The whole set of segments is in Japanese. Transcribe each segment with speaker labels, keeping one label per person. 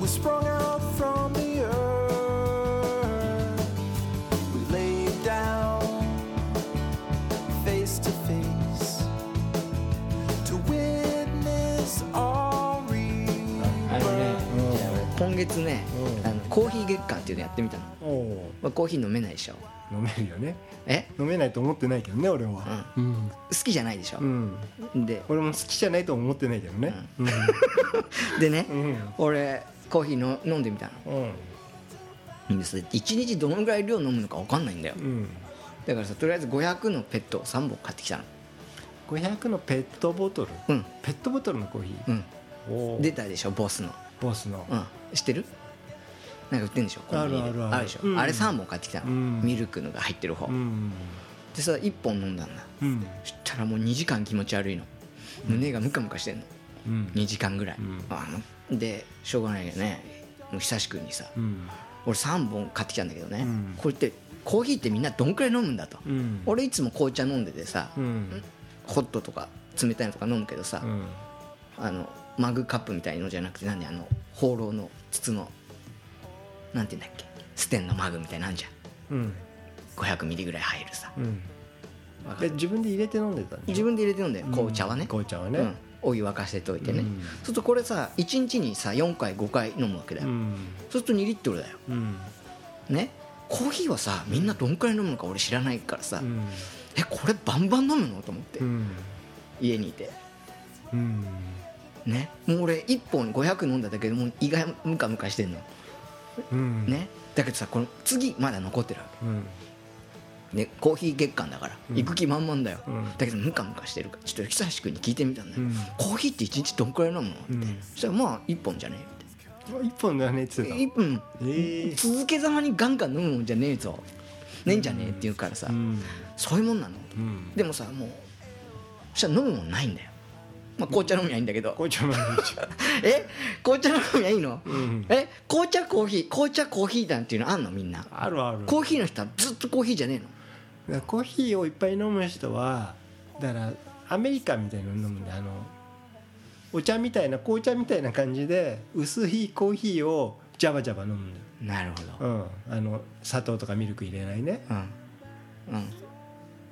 Speaker 1: We sprung out from the earth. We laid down face to face to witness our
Speaker 2: あ
Speaker 1: rebirth.
Speaker 2: のね、じゃあ俺今月ね、
Speaker 3: うん
Speaker 2: あのコーヒー月間っていうのやってみたの、
Speaker 3: おお
Speaker 2: まあ、コーヒー飲めないでしょ
Speaker 3: ー飲めるよね
Speaker 2: え
Speaker 3: 飲めないと思ってないけどね俺はうん、
Speaker 2: 好きじゃないでしょ
Speaker 3: う、ん、
Speaker 2: で
Speaker 3: 俺も好きじゃないとも思ってないけどねうん
Speaker 2: でね、
Speaker 3: うん
Speaker 2: 俺コーヒーの飲んでみた
Speaker 3: うん
Speaker 2: のでそれ1日どのぐらい量飲むのか分かんないんだよ
Speaker 3: うん
Speaker 2: だからさとりあえず500のペットを3本買ってきたの
Speaker 3: 500のペットボトル
Speaker 2: うん
Speaker 3: ペットボトルのコーヒ
Speaker 2: うん
Speaker 3: ーおー
Speaker 2: 出たでしょボスの
Speaker 3: ボスの
Speaker 2: うん知ってるなんか売ってんでしょコンビニで
Speaker 3: あるあるある
Speaker 2: でしょ、
Speaker 3: うん
Speaker 2: あれ3本買ってきたの、
Speaker 3: うん
Speaker 2: ミルクのが入ってる方、
Speaker 3: うん
Speaker 2: でさ1本飲んだんだ
Speaker 3: うん
Speaker 2: そしたらもう2時間気持ち悪いの胸がムカムカしてんの
Speaker 3: うん
Speaker 2: 2時間ぐらい、
Speaker 3: うん
Speaker 2: あのでしょうがないよねもう久しくにさ
Speaker 3: うん
Speaker 2: 俺3本買ってきたんだけどね、
Speaker 3: うん
Speaker 2: これってコーヒーってみんなどんくらい飲むんだと、
Speaker 3: うん
Speaker 2: 俺いつも紅茶飲んでてさ、
Speaker 3: うん
Speaker 2: ホットとか冷たいのとか飲むけどさ、
Speaker 3: うん
Speaker 2: あのマグカップみたいのじゃなくて何あの放浪の筒のなんて言うんだっけステンのマグみたいなんじゃん
Speaker 3: うん
Speaker 2: 500ミリぐらい入るさ、
Speaker 3: うん
Speaker 2: わかる
Speaker 3: で自分で入れて飲んでたの
Speaker 2: 自分で入れて飲んだよ紅茶はね、
Speaker 3: 紅茶は
Speaker 2: うん
Speaker 3: ね、
Speaker 2: お湯沸かせておいてね、
Speaker 3: うん
Speaker 2: そうするとこれさ1日にさ4回5回飲むわけだ
Speaker 3: う
Speaker 2: よ、
Speaker 3: ん
Speaker 2: そうすると2リットルだよ
Speaker 3: うん
Speaker 2: ねコーヒーはさみんなどんくらい飲むのか俺知らないからさ、
Speaker 3: うん
Speaker 2: えこれバンバン飲むのと思って、
Speaker 3: うん
Speaker 2: 家にいて
Speaker 3: うん
Speaker 2: ねもう俺1本500飲んだだけでもう胃がムカムカしてんの
Speaker 3: うん
Speaker 2: ねだけどさこの次まだ残ってるわ
Speaker 3: うん
Speaker 2: けねコーヒー月間だから
Speaker 3: うん
Speaker 2: 行く気満々だよ、
Speaker 3: うん
Speaker 2: だけどムカムカしてるからちょっと久しくに聞いてみたんだよ、
Speaker 3: うん
Speaker 2: コーヒーって1日どんくらい飲むのって、
Speaker 3: うん
Speaker 2: そしたらまあ1本じゃねえって
Speaker 3: 一本だねって言って
Speaker 2: 1本
Speaker 3: たええ
Speaker 2: 続けざまにガンガン飲むもんじゃねえぞねえんじゃねえって言うからさ、
Speaker 3: うん
Speaker 2: そういうもんなの
Speaker 3: うん
Speaker 2: でもさもうそしたら飲むもんないんだよ、まあ、紅茶飲みゃいいんだけど
Speaker 3: 紅茶の話
Speaker 2: え紅茶飲みゃいいの、
Speaker 3: うん
Speaker 2: え紅茶コーヒー紅茶コーヒーなんていうのあんのみんな
Speaker 3: あるある
Speaker 2: コーヒーの人はずっとコーヒーじゃねえの
Speaker 3: だからコーヒーをいっぱい飲む人はだからアメリカみたいなの飲むんであのお茶みたいな紅茶みたいな感じで薄いコーヒーをジャバジャバ飲むんだよ、
Speaker 2: なるほど
Speaker 3: うん、あの砂糖とかミルク入れないね、
Speaker 2: うんうん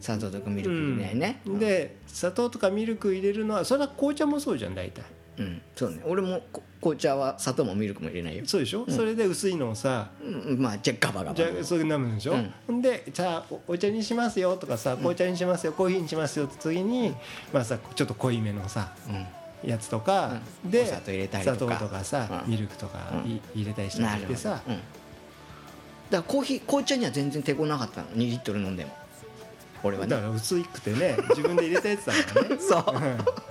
Speaker 2: 砂糖とかミルク入れないね、
Speaker 3: うんで砂糖とかミルク入れるのはそれは紅茶もそうじゃん大体
Speaker 2: うん、うんそうね俺もこ紅茶は砂糖もミルクも入れないよ、
Speaker 3: そうでしょ、それで薄いのをさ
Speaker 2: うんうんまあじゃあガバガバ
Speaker 3: じゃあそれ飲むんでしょ、でじゃあおお茶にしますよとかさ紅茶にしますよ、コーヒーにしますよって次にまあさちょっと濃いめのさ
Speaker 2: う
Speaker 3: やつとか、
Speaker 2: うん
Speaker 3: で
Speaker 2: お砂糖入れたりとか
Speaker 3: 砂糖さ、
Speaker 2: うん
Speaker 3: ミルクとかい、入れたりし
Speaker 2: んな
Speaker 3: た
Speaker 2: る
Speaker 3: り
Speaker 2: ほ
Speaker 3: で
Speaker 2: ど
Speaker 3: さ、
Speaker 2: うん、だからコーヒー紅茶には全然抵抗なかったの2リットル飲んでも俺は
Speaker 3: だ
Speaker 2: ね
Speaker 3: から薄くてね自分で入れたやつだからね
Speaker 2: そう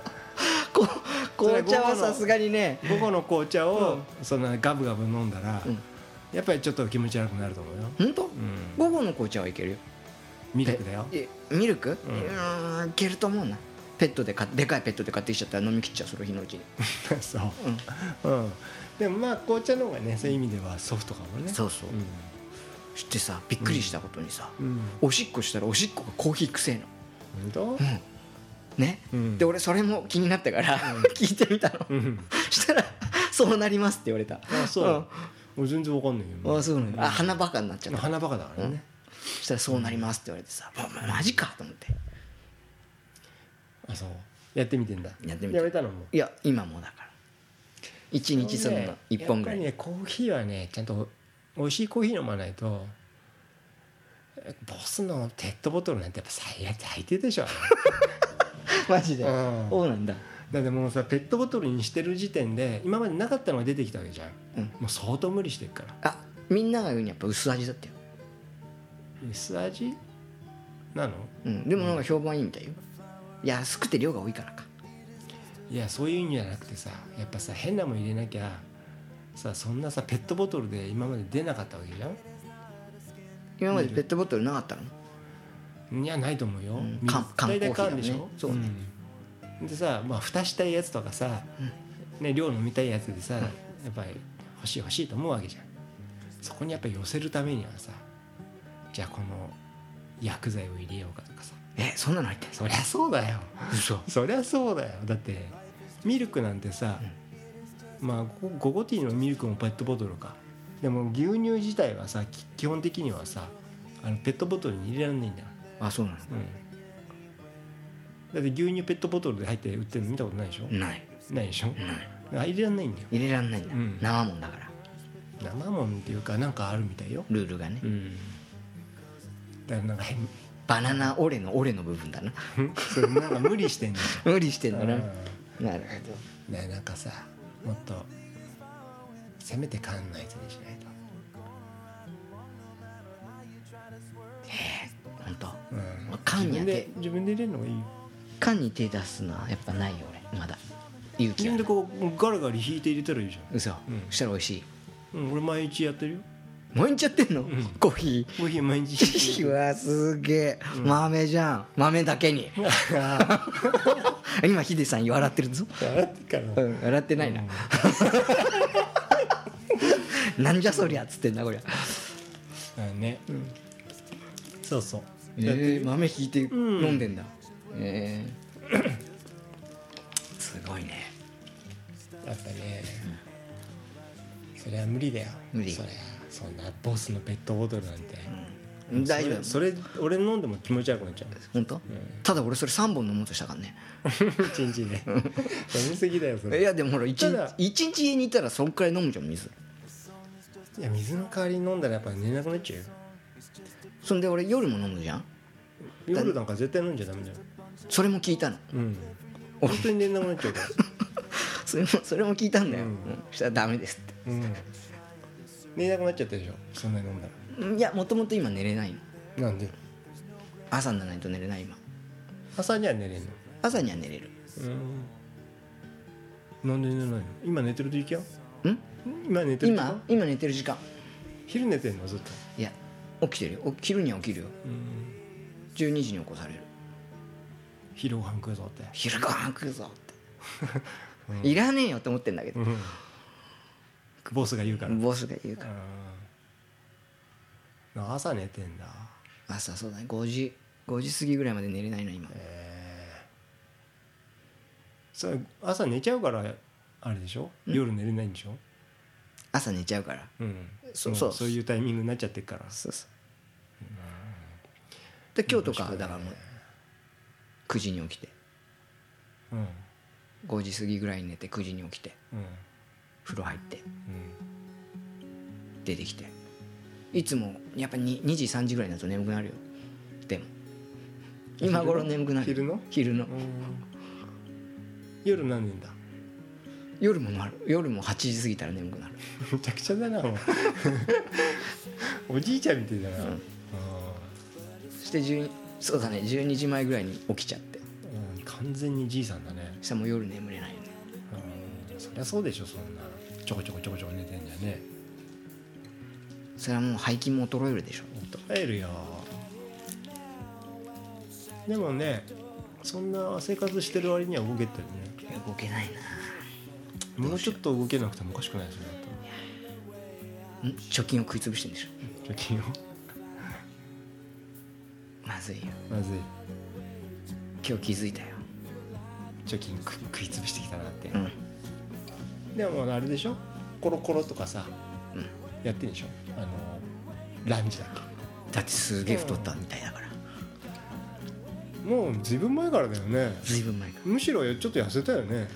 Speaker 2: こ紅茶はさすがにね
Speaker 3: 午後の紅茶を、そんなガブガブ飲んだら、
Speaker 2: うん
Speaker 3: やっぱりちょっと気持ち悪くなると思うよ、
Speaker 2: 本当、
Speaker 3: うん、
Speaker 2: 午後の紅茶はいけるよ
Speaker 3: ミルクだよ
Speaker 2: えミルク、
Speaker 3: う
Speaker 2: うんん、んいけると思うなペットでかでかいペットで買ってきちゃったら飲み切っちゃうその日のうちに
Speaker 3: そう
Speaker 2: うん、
Speaker 3: うん、でもまあ紅茶の方がねそういう意味ではソフトかもね
Speaker 2: そうそう、
Speaker 3: う
Speaker 2: してさびっくりしたことにさ、
Speaker 3: ん、うん、
Speaker 2: おしっこしたらおしっこがコーヒーくせえの
Speaker 3: 本当
Speaker 2: ね、
Speaker 3: うん
Speaker 2: で俺それも気になったから、聞いてみたの、
Speaker 3: うん
Speaker 2: したら「そうなります」って言われた
Speaker 3: あそう、
Speaker 2: うん
Speaker 3: 俺全然わかんないよ
Speaker 2: あそうなのあ鼻バカになっちゃった
Speaker 3: 花バカだからね、
Speaker 2: そしたら「そうなります」って言われてさま「マジか」と思って
Speaker 3: あそうやってみてんだ
Speaker 2: やってみて
Speaker 3: やめたのもう
Speaker 2: いや今もだから一日その一本ぐらい、
Speaker 3: やっぱりねコーヒーはねちゃんと美味しいコーヒー飲まないとボスのペットボトルなんてやっぱ最悪最低 でしょ、
Speaker 2: マジで、
Speaker 3: うん
Speaker 2: そうなんだ
Speaker 3: だってもうさペットボトルにしてる時点で今までなかったのが出てきたわけじゃん、
Speaker 2: うん
Speaker 3: もう相当無理してるから
Speaker 2: あみんなが言うにやっぱ薄味だったよ、
Speaker 3: 薄味なの
Speaker 2: うん、でもなんか評判いいみたいよ安くて量が多いからか
Speaker 3: いやそういう意味じゃなくてさやっぱさ変なもん入れなきゃさそんなさペットボトルで今まで出なかったわけじゃん
Speaker 2: 今までペットボトルなかったの
Speaker 3: いやないと思うよ、
Speaker 2: ん
Speaker 3: 水
Speaker 2: 缶缶
Speaker 3: 大体
Speaker 2: コーヒーだ
Speaker 3: 缶
Speaker 2: もんね
Speaker 3: でしょ
Speaker 2: そうね
Speaker 3: うんでさまあ蓋したいやつとかさ、ね、量飲みたいやつでさ、やっぱり欲しい欲しいと思うわけじゃんそこにやっぱり寄せるためにはさじゃあこの薬剤を入れようかとかさ
Speaker 2: えそんなの入ってんの
Speaker 3: そりゃそうだよ
Speaker 2: 嘘
Speaker 3: そりゃそうだよだってミルクなんてさ、まあゴゴゴティーのミルクもペットボトルかでも牛乳自体はさき基本的にはさあのペットボトルに入れられないんだよ、
Speaker 2: あそうなの
Speaker 3: うん、だって牛乳ペットボトルで入って売ってるの見たことないでしょ、
Speaker 2: ない
Speaker 3: ないでしょ、
Speaker 2: ない
Speaker 3: あ入れられないんだよ
Speaker 2: 入れらんないんだ、
Speaker 3: うん
Speaker 2: 生もんだから
Speaker 3: 生もんっていうかなんかあるみたいよ、
Speaker 2: ルールがね、
Speaker 3: うん、だからなんか変
Speaker 2: バナナオレのオレの部分だな
Speaker 3: それなんか無理してんじ
Speaker 2: 無理してん
Speaker 3: ゃん
Speaker 2: だな、
Speaker 3: うん
Speaker 2: なる
Speaker 3: ねなんかさもっとせめて缶のやつにしないと、
Speaker 2: ほど本当
Speaker 3: うん
Speaker 2: まあ缶に
Speaker 3: 自
Speaker 2: や
Speaker 3: 分
Speaker 2: っ
Speaker 3: で
Speaker 2: て
Speaker 3: 自分で入れるのがいいよ
Speaker 2: 缶に手出すのはやっぱないよ俺まだ勇
Speaker 3: 自
Speaker 2: 気
Speaker 3: 分
Speaker 2: が
Speaker 3: でこうガラガラ引いて入れたらいいじ
Speaker 2: 嘘、
Speaker 3: ん
Speaker 2: そしたら美味しい
Speaker 3: ゃん、うん、俺毎日やってる よ
Speaker 2: 毎日やってんの、
Speaker 3: ん
Speaker 2: コーヒ
Speaker 3: コーヒー毎日引いて
Speaker 2: ー うわすげえ、豆じゃん豆だけ に今ヒデさん笑ってるぞ、
Speaker 3: 笑ってっから
Speaker 2: うん、笑ってないな、なんじゃそりゃっつってんだこりゃ
Speaker 3: あね、そうそう
Speaker 2: えー、豆ひいて
Speaker 3: ん
Speaker 2: 飲んでんだ、えー すごいね
Speaker 3: やっぱね、それは無理だよ
Speaker 2: 無理
Speaker 3: それそんなボスのペットボトルなんて、
Speaker 2: 大丈夫
Speaker 3: それそれ俺飲んでも気持ち悪くなっちゃう
Speaker 2: 本当、ただ俺それ3本飲もうとしたからね
Speaker 3: 一日 で飲みすぎだよそ
Speaker 2: い
Speaker 3: れ
Speaker 2: やでもほら一
Speaker 3: ただ
Speaker 2: 日一日家にいたらそんくらい飲むじゃん水
Speaker 3: いや水の代わりに飲んだらやっぱ寝なくなっちゃうよ
Speaker 2: そんで俺夜も飲むじゃん
Speaker 3: 夜なんか絶対飲んじゃダメだよ
Speaker 2: それも聞いたの
Speaker 3: うん本当に寝なくなっちゃうから
Speaker 2: それもそれも聞いたんだよ、
Speaker 3: うん
Speaker 2: うんそしたらダメですっ
Speaker 3: うん寝なくなっちゃったでしょそんなに飲んだ
Speaker 2: ていやもともと今寝れないの
Speaker 3: らなんで
Speaker 2: 朝にならないと寝れない今
Speaker 3: 朝には寝れんの
Speaker 2: 朝には寝れる
Speaker 3: うんなんで寝ないの今寝てる時間
Speaker 2: ん
Speaker 3: 今寝てる時
Speaker 2: 今
Speaker 3: 間
Speaker 2: 今寝てる時間
Speaker 3: 昼寝てんのずっと
Speaker 2: いや起きてるよお昼には起きるよ
Speaker 3: うん
Speaker 2: 12時に起こされる
Speaker 3: 昼ご飯食うぞって
Speaker 2: 昼ご飯食うぞっていらねえよって思ってんだけど
Speaker 3: うんボスが言うからうん
Speaker 2: ボスが言うから
Speaker 3: 朝寝てんだ
Speaker 2: 朝そうだね5時5時過ぎぐらいまで寝れないな今
Speaker 3: それ朝寝ちゃうからあれでしょ夜寝れないんでしょ
Speaker 2: 朝寝ちゃうから
Speaker 3: うん
Speaker 2: そ
Speaker 3: も
Speaker 2: そう
Speaker 3: そういうタイミングになっちゃってるから
Speaker 2: そうそうで今日とかだからもう9時に起きて
Speaker 3: うんうん
Speaker 2: 5時過ぎぐらいに寝て9時に起きて風呂入って
Speaker 3: うん
Speaker 2: 出てきていつもやっぱに2時3時ぐらいになると眠くなるよでも今頃眠くなる
Speaker 3: 昼の
Speaker 2: 昼の
Speaker 3: うん夜何年だ
Speaker 2: 夜もなる夜も8時過ぎたら眠くなる
Speaker 3: めちゃくちゃだなもう おじいちゃんみたいだな、
Speaker 2: う
Speaker 3: うん
Speaker 2: んそして12そうだね12時前ぐらいに起きちゃって
Speaker 3: うん完全にじいさんだね、
Speaker 2: そしたらもう夜眠れないよね
Speaker 3: うん、そりゃそうでしょそんなちょこちょこちょこちょこ寝てんじゃね
Speaker 2: それはもう背筋も衰えるでしょほんと
Speaker 3: えるよでもねそんな生活してる割には動けてるね
Speaker 2: 動けないな
Speaker 3: もうちょっと動けなくてもおかしくないですよ
Speaker 2: ん貯金を食い潰してんでしょ
Speaker 3: 貯金を
Speaker 2: まずいよ
Speaker 3: まずい
Speaker 2: 今日気づいたよ
Speaker 3: 貯金く食い潰してきたなって、
Speaker 2: うん
Speaker 3: でもあれでしょコロコロとかさ、
Speaker 2: うん
Speaker 3: やってんでしょあのランジだっ
Speaker 2: だってすげえ太ったみたいだから
Speaker 3: けもうずいぶん前からだよね
Speaker 2: ずいぶん前か
Speaker 3: むしろちょっと痩せたよね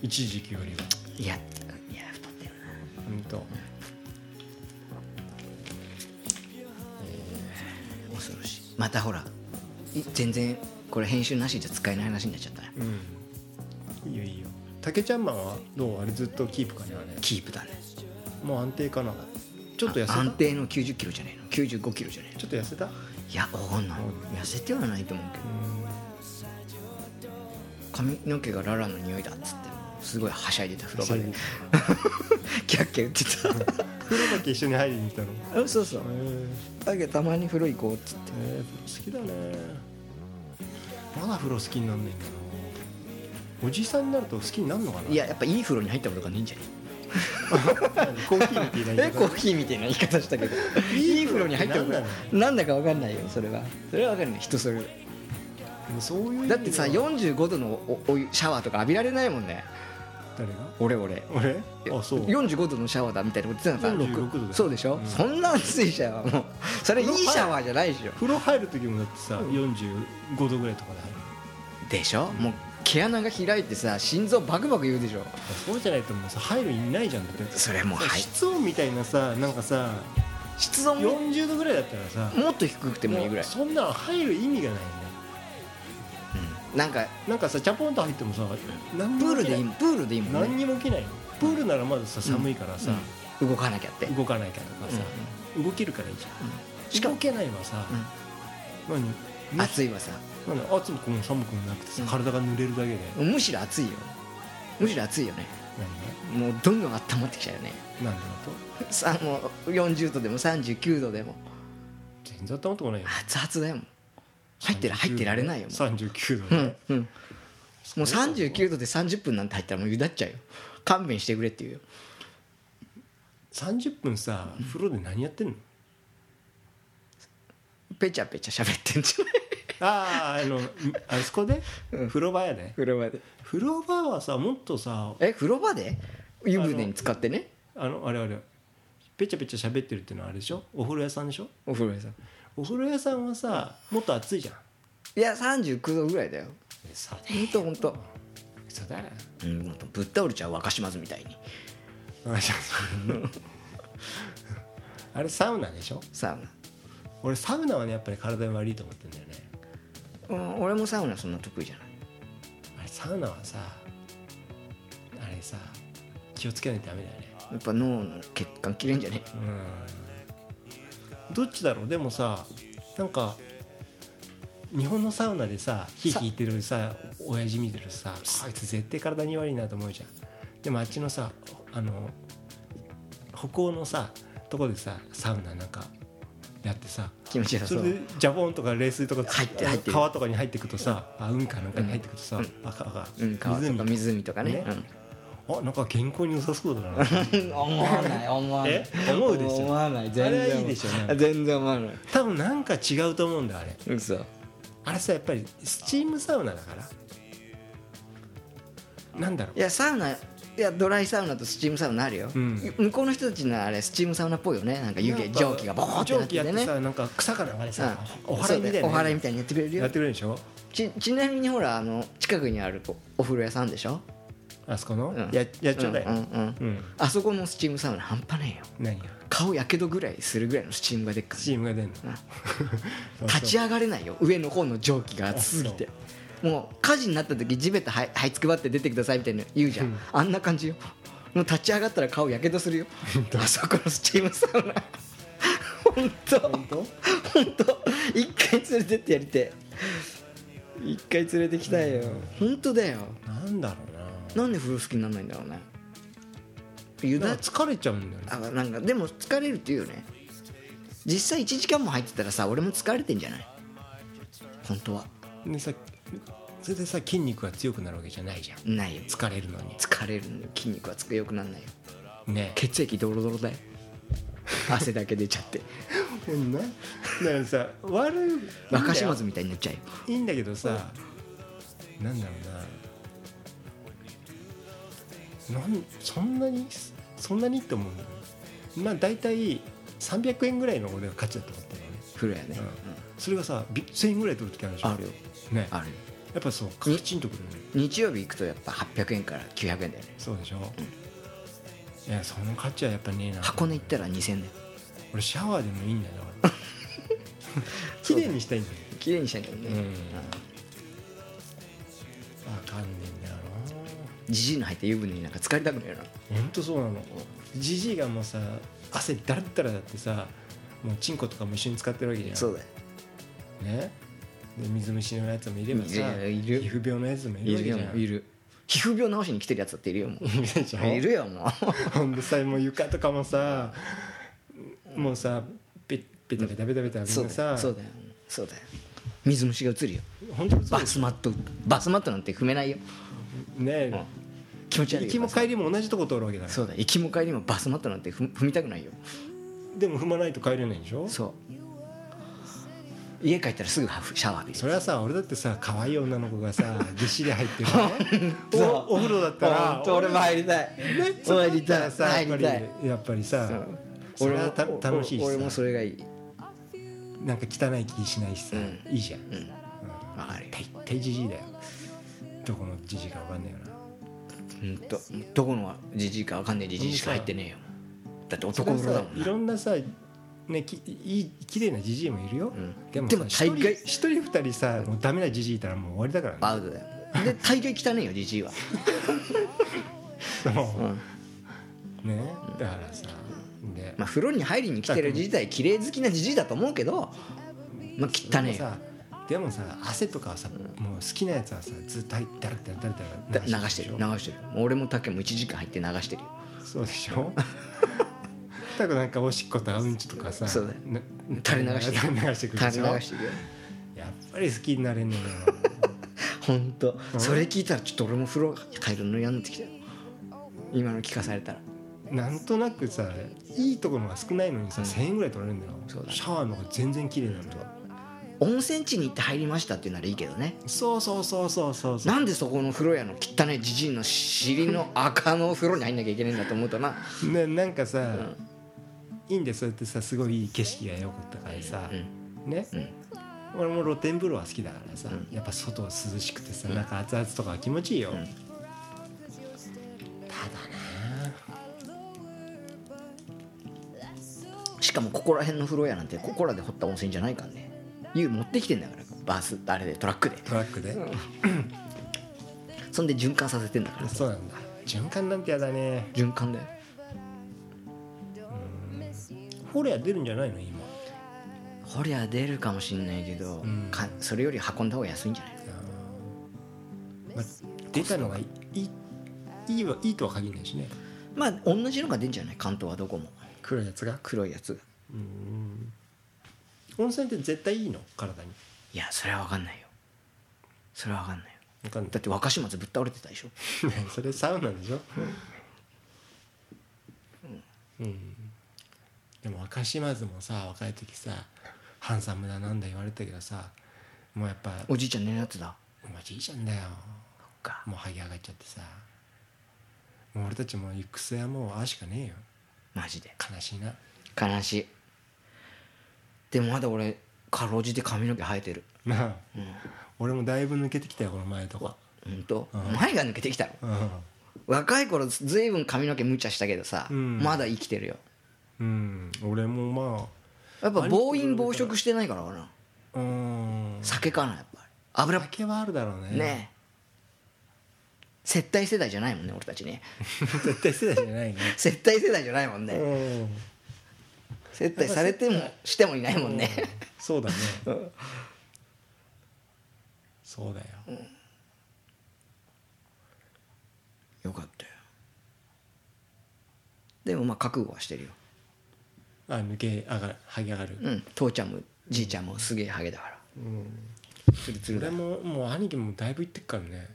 Speaker 3: 一時期よりは
Speaker 2: らいやいや太ったよな
Speaker 3: うんと
Speaker 2: 恐ろしいまたほらい全然これ編集なしじゃ使えない話になっちゃったな
Speaker 3: うんいいよいいよ竹ちゃんマンはどうあれずっとキープかねあれ
Speaker 2: キープだね
Speaker 3: もう安定かなちょっと痩せ
Speaker 2: あ安
Speaker 3: た
Speaker 2: 定の9 0キロじゃねえの9 5キロじゃねえの
Speaker 3: ちょっと痩せた
Speaker 2: いやわかんない
Speaker 3: うん
Speaker 2: 痩せてはないと思うけど髪の毛がララの匂いだっつってすごいはしゃいでた風呂場でキャッキャ言ってた
Speaker 3: 風呂だけ一緒に入りに行ったのへ
Speaker 2: あ そうそう
Speaker 3: え
Speaker 2: だけどたまに風呂行こうっつって
Speaker 3: え好きだねまだ風呂好きになんねえんだなおじさんになると好きになるのかない
Speaker 2: いややっぱいい風呂に入ったことがねえんじゃね
Speaker 3: コーヒーみたいな言い
Speaker 2: ええ
Speaker 3: 方
Speaker 2: コーヒーみたいな言い方したけどいい風呂に入ったことがなんだかわかんないよそれはそれはわかんない人それぞれ
Speaker 3: でもそういう意味では
Speaker 2: だってさ45度のおお湯シャワーとか浴びられないもんね
Speaker 3: 誰が
Speaker 2: 俺俺
Speaker 3: 俺あそう
Speaker 2: 45度のシャワーだみたいなこと言ってたのさ
Speaker 3: 46度だよ
Speaker 2: そうでしょ、
Speaker 3: うん
Speaker 2: そんな熱いシャワーもうそれいいシャワーじゃないでしょ
Speaker 3: 風呂入る時もだってさ、45度ぐらいとかで入る
Speaker 2: でしょもう毛穴が開いてさ心臓バクバク言うでしょ
Speaker 3: そうじゃないともうさ入る意味ないじゃんだって
Speaker 2: それもうはい
Speaker 3: 室温みたいなさなんかさ
Speaker 2: 室温も
Speaker 3: 40度ぐらいだったらさ
Speaker 2: もっと低くてもいいぐらい、
Speaker 3: そんなの入る意味がないよね
Speaker 2: うんなんか
Speaker 3: なんかさチャポンと入ってもさ何
Speaker 2: プ
Speaker 3: にも
Speaker 2: ール
Speaker 3: 起きな
Speaker 2: でいいプールでいいもん
Speaker 3: 何
Speaker 2: ね、
Speaker 3: にも起きないよプールならまださ寒いからさ、
Speaker 2: うん動かなきゃって、
Speaker 3: 動かないからとかさ、動けるからいいじゃん、しかも動けないはさ、何
Speaker 2: 暑いわさ
Speaker 3: なんだ暑くも寒くもなくてさ、
Speaker 2: うん
Speaker 3: 体が濡れるだけで、
Speaker 2: むしろ暑いよむしろ暑いよねもうどんどん温まってきちゃうよね
Speaker 3: 何がなんだと
Speaker 2: さもう40度でも39度でも
Speaker 3: 全然温まってこないよ
Speaker 2: 熱々だよもう入ってら入ってられないよもう
Speaker 3: 39
Speaker 2: う
Speaker 3: 度
Speaker 2: んうんもう39度で30分なんて入ったらもうゆだっちゃうよ勘弁してくれっていうよ
Speaker 3: 30分さ風呂で何やってんの
Speaker 2: ペチャペチャ喋ってんじ ゃない
Speaker 3: あああのんあそこで
Speaker 2: うん
Speaker 3: 風呂場やで
Speaker 2: 風呂場で
Speaker 3: 風呂場はさもっとさ
Speaker 2: え風呂場で湯船に使ってね
Speaker 3: あのあれあれペチャペチャ喋ってるってのはあれでしょお風呂屋さんでしょ
Speaker 2: お風呂屋さん
Speaker 3: お風呂屋さんはさもっと暑いじゃん
Speaker 2: いや39度ぐらいだよ
Speaker 3: 嘘だ
Speaker 2: ほんとほんと
Speaker 3: 嘘だ
Speaker 2: うんほんとぶっ倒れちゃう若島津みたいに
Speaker 3: あれサウナでしょ
Speaker 2: サウナ
Speaker 3: 俺サウナはねやっぱり体に悪いと思ってんだよね
Speaker 2: うん俺もサウナそんな得意じゃない
Speaker 3: あれサウナはさあれさ気をつけないとダメだよね
Speaker 2: やっぱ脳の血管切れんじゃね
Speaker 3: うんどっちだろうでもさなんか日本のサウナでさ火
Speaker 2: さ
Speaker 3: 引いてるさ親父見てるさあいつ絶対体に悪いなと思うじゃんでもあっちのさあの北欧のさとこでさサウナなんかやってさ
Speaker 2: 気持ちよさ
Speaker 3: そ
Speaker 2: そ
Speaker 3: れ
Speaker 2: う
Speaker 3: でジャボンとか冷水とか
Speaker 2: 入って入ってる
Speaker 3: 川とかに入ってくとさあ運河なんかに入ってくとさ、
Speaker 2: うん
Speaker 3: あかあ
Speaker 2: うん川とか
Speaker 3: 湖
Speaker 2: 湖とかね
Speaker 3: ねあなんか健康に良さそうだ な
Speaker 2: うん、思わない思わない
Speaker 3: え思うでしょ
Speaker 2: 思わない全然
Speaker 3: あれはいいでしょ
Speaker 2: 思わ
Speaker 3: なんか
Speaker 2: 全然思わない
Speaker 3: 多分なんか違うと思うんだあれ
Speaker 2: 嘘
Speaker 3: あれさやっぱりスチームサウナだからなんだろ
Speaker 2: いやサウナいやドライサウナとスチームサウナあるよ、
Speaker 3: うん
Speaker 2: 向こうの人たちのあれスチームサウナっぽいよねなんか
Speaker 3: う
Speaker 2: 湯気蒸気がボーってな
Speaker 3: 蒸
Speaker 2: っ
Speaker 3: 気や
Speaker 2: て
Speaker 3: ってて
Speaker 2: ね
Speaker 3: さなんか草からまでさ
Speaker 2: うん
Speaker 3: お祓いみたい
Speaker 2: そう
Speaker 3: な
Speaker 2: お祓いみたいにやってくれる
Speaker 3: や
Speaker 2: よ
Speaker 3: ってくれるでしょ
Speaker 2: ちちなみにほらあの近くにあるこお風呂屋さんでしょ
Speaker 3: あそこの
Speaker 2: うん
Speaker 3: ややっちゃうだよ
Speaker 2: うんうんうん
Speaker 3: うん
Speaker 2: あそこのスチームサウナ半端ねえよ
Speaker 3: 何や
Speaker 2: 顔やけどぐらいするぐらいのスチームがでっか
Speaker 3: ス
Speaker 2: い
Speaker 3: チームが 出んの
Speaker 2: 立ち上がれないよ上の方の蒸気が熱すぎてもう火事になった時地べたはいはいつくばって出てくださいみたいなの言うじゃん、
Speaker 3: うん
Speaker 2: あんな感じよもう立ち上がったら顔やけどするよあそこのスチームサウナ 本当
Speaker 3: 本当
Speaker 2: 本当一回連れてってやりてえ一回連れてきたいよ本当だよ
Speaker 3: なんだろうな
Speaker 2: なんで風呂好きにならないんだろうねゆ
Speaker 3: な
Speaker 2: だ
Speaker 3: んか疲れちゃうんだよね
Speaker 2: あなんかでも疲れるって言うよね実際1時間も入ってたらさ俺も疲れてんじゃない本当は
Speaker 3: でさそれでさ筋肉が強くなるわけじゃないじゃん
Speaker 2: ないよ
Speaker 3: 疲れるのに
Speaker 2: 疲れるのよ筋肉はつくよくなんないよ
Speaker 3: ね
Speaker 2: 血液ドロドロ だよ汗だけ出ちゃって
Speaker 3: なだからさ悪い
Speaker 2: 若島津みたいになっちゃうよ
Speaker 3: いいんだけどさ、なんだろうななんそんなにそんなにって思うんだよねまあ大体300円ぐらいの俺は価値だと思ってるよね
Speaker 2: 風呂やね、
Speaker 3: うん
Speaker 2: う
Speaker 3: それがさび1000円ぐらい取る時あるでしょ
Speaker 2: んあるよ
Speaker 3: ね
Speaker 2: あるよ
Speaker 3: やっぱそうカチンとくるよね
Speaker 2: 日曜日行くとやっぱ800円から900円だよね
Speaker 3: そうでしょ、いやその価値はやっぱねえな
Speaker 2: 箱根行ったら2000円だよ
Speaker 3: 俺シャワーでもいいん だよ 俺綺麗にしたいんだよ
Speaker 2: 綺麗にしたいんだよ
Speaker 3: うん
Speaker 2: ね
Speaker 3: わかんねえんだよな
Speaker 2: じじいの入った湯船になんか疲れたくないよな
Speaker 3: ほんとそうなのじじいがもうさ汗だらだらだってさもうチンコとかも一緒に使ってるわけじゃん
Speaker 2: そうだよ
Speaker 3: ねで水虫のやつもいればさ
Speaker 2: いやいる
Speaker 3: 皮膚病のやつもいる
Speaker 2: い
Speaker 3: わ
Speaker 2: る
Speaker 3: けじゃ
Speaker 2: よ
Speaker 3: ん
Speaker 2: いる皮膚病治しに来てるやつだっているよもう
Speaker 3: いるでしょ
Speaker 2: いるよも
Speaker 3: ほんでさもう床とかもさもうさペペタペタペタペタ
Speaker 2: う
Speaker 3: み
Speaker 2: そ
Speaker 3: ん
Speaker 2: う
Speaker 3: な
Speaker 2: だよ
Speaker 3: さ
Speaker 2: そうだよそうだよ水虫がうつるよ
Speaker 3: 本当にそう
Speaker 2: バ
Speaker 3: で
Speaker 2: ス
Speaker 3: す
Speaker 2: マットバスマットなんて踏めないよ
Speaker 3: ね
Speaker 2: うん気持ち悪い
Speaker 3: 行
Speaker 2: よ
Speaker 3: きも
Speaker 2: バスマッ
Speaker 3: 帰りも同じとこ通るわけだ
Speaker 2: ト
Speaker 3: か
Speaker 2: そうだ行きも帰りもバスマットなんて踏踏みたくないよ
Speaker 3: らでも踏まないと帰れないんでしょ
Speaker 2: そ家帰ったらすぐハフシャワー浴びる
Speaker 3: それはさ俺だってさ可愛い女の子が さぎっしり入ってるねおお風呂だったら
Speaker 2: 本当俺も入りたい入りたい
Speaker 3: さ
Speaker 2: 入
Speaker 3: やっぱ
Speaker 2: り
Speaker 3: り
Speaker 2: たい
Speaker 3: やっぱりさ
Speaker 2: そう
Speaker 3: それはた楽しいしさ
Speaker 2: 俺もそれがいい
Speaker 3: なんか汚い気しないしさ、
Speaker 2: うん
Speaker 3: いいじゃん、
Speaker 2: うんわかるよ
Speaker 3: 大体じじいだよどこのじじいかわかんないよな
Speaker 2: うんとどこのじじいかわかんないじじいしか入ってねえよだって男風呂だもん
Speaker 3: い
Speaker 2: な
Speaker 3: ろんなさねきいい綺麗なじじいもいるよ、
Speaker 2: ん
Speaker 3: でも
Speaker 2: でも
Speaker 3: さ
Speaker 2: 大
Speaker 3: 一
Speaker 2: 概
Speaker 3: 人一人二人さもうダメなじじいいたらもう終わりだからね
Speaker 2: アウトだよで大概汚いよじじいは
Speaker 3: そうねだからさで、
Speaker 2: まあ風呂に入りに来てる自体綺麗好きなじじいだと思うけどまあ汚ねえよ
Speaker 3: さでもさ汗とかはさ、もう好きなやつはさずっと入ってだらだらだらだ
Speaker 2: だ
Speaker 3: ら
Speaker 2: 流してる流してる俺も竹も1時間入って流してるよ
Speaker 3: そうでしょだからなんかおしっことかうんちとかさ
Speaker 2: そうだよ
Speaker 3: な
Speaker 2: 垂れ流して
Speaker 3: 垂れ流してくるでし
Speaker 2: 垂れ
Speaker 3: ょ
Speaker 2: 流してるよ
Speaker 3: やっぱり好きにな れね
Speaker 2: 本当
Speaker 3: ん
Speaker 2: それ聞いたらちょっと俺も風呂入るの嫌になってきたよ今の聞かされたら
Speaker 3: えよなんとなくさいいところが少ないのにさ、
Speaker 2: うん
Speaker 3: 1,000円ぐらい取られるんだよ
Speaker 2: そうだね
Speaker 3: シャワーの方が全然綺麗なんだよ
Speaker 2: 温泉地に行って入りましたっていうならいいけどね
Speaker 3: そうそうそうそうそうそう
Speaker 2: なんでそこの風呂屋の汚いじじいの尻の赤のお風呂に入んなきゃいけないんだと思うとな
Speaker 3: ななんかさ、いいんでそうやってさすごいいい景色が良かったからさ、ね、俺も露天風呂は好きだからさ、やっぱ外涼しくてさ、なんか熱々とか気持ちいいよ、ただ
Speaker 2: しかもここら辺の風呂屋なんてここらで掘った温泉じゃないからね湯持ってきてんだからバスあれでトラックで
Speaker 3: トラックで、
Speaker 2: そんで循環させてんだから
Speaker 3: そうなんだ循環なんてやだね
Speaker 2: 循環だよ
Speaker 3: フォレア出るんじゃないの今
Speaker 2: 掘りゃ出るかもしんないけど、
Speaker 3: ん
Speaker 2: かそれより運んだ方が安いんじゃない
Speaker 3: まあ、出たのがいいいいはいいとは限らないしね
Speaker 2: まあ同じのが出んじゃない関東はどこも
Speaker 3: 黒いやつが
Speaker 2: 黒いやつが
Speaker 3: 温泉って絶対いいの体に
Speaker 2: いやそれは分かんないよそれは分かんないよ
Speaker 3: わかんな
Speaker 2: だっ
Speaker 3: い
Speaker 2: て若島津ぶっ倒れてたでしょ
Speaker 3: それサウナでしょうんでも若島津もさ若い時さハンサムだなんだ言われてたけどさもうやっぱ
Speaker 2: おじいちゃん寝るやつだ
Speaker 3: お前じいちゃんだよ
Speaker 2: か
Speaker 3: もう剥げ上がっちゃってさもう俺たちも行く末はもうああしかねえよ
Speaker 2: マジで
Speaker 3: 悲しいな
Speaker 2: 悲しいでもまだ俺かろうじて髪の毛生えてる
Speaker 3: なあ、俺もだいぶ抜けてきたよこの前とか
Speaker 2: ほんと前が抜けてきたの
Speaker 3: うん、
Speaker 2: 若い頃ずいぶん髪の毛無茶したけどさ、
Speaker 3: うん
Speaker 2: まだ生きてるよ
Speaker 3: うん、俺も
Speaker 2: や
Speaker 3: ま
Speaker 2: っぱ暴飲暴食してないからかな
Speaker 3: あうん
Speaker 2: 酒かなやっぱり油っ
Speaker 3: 酒はあるだろうね
Speaker 2: ねえ接待世代じゃないもんね俺たち ね
Speaker 3: 絶対世代じゃないね
Speaker 2: 接待世代じゃないもんね、
Speaker 3: うん
Speaker 2: 接待されてもしてもいないもんね、
Speaker 3: そうだねそうだよ、
Speaker 2: よかったよでもまあ覚悟はしてるよ
Speaker 3: あ抜け上がる剥げ上がる、
Speaker 2: うん父ちゃんもじいちゃんもすげえハゲだからツルツルだ
Speaker 3: 俺ももう兄貴もだいぶ行ってっからね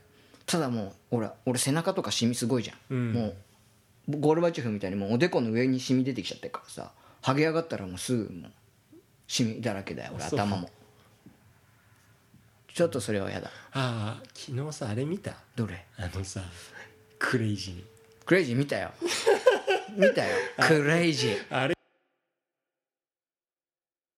Speaker 2: ただもう俺俺背中とかシミすごいじゃん、
Speaker 3: うん
Speaker 2: もうゴルバチョフみたいにもうおでこの上にシミ出てきちゃってるからさハゲ上がったらもうすぐもうシミだらけだよ俺
Speaker 3: そう
Speaker 2: 頭もちょっとそれは嫌だ
Speaker 3: ああ昨日さあれ見た
Speaker 2: どれ
Speaker 3: あのさクレイジーに
Speaker 2: クレイジー見たよ見たよクレイジー
Speaker 3: あれ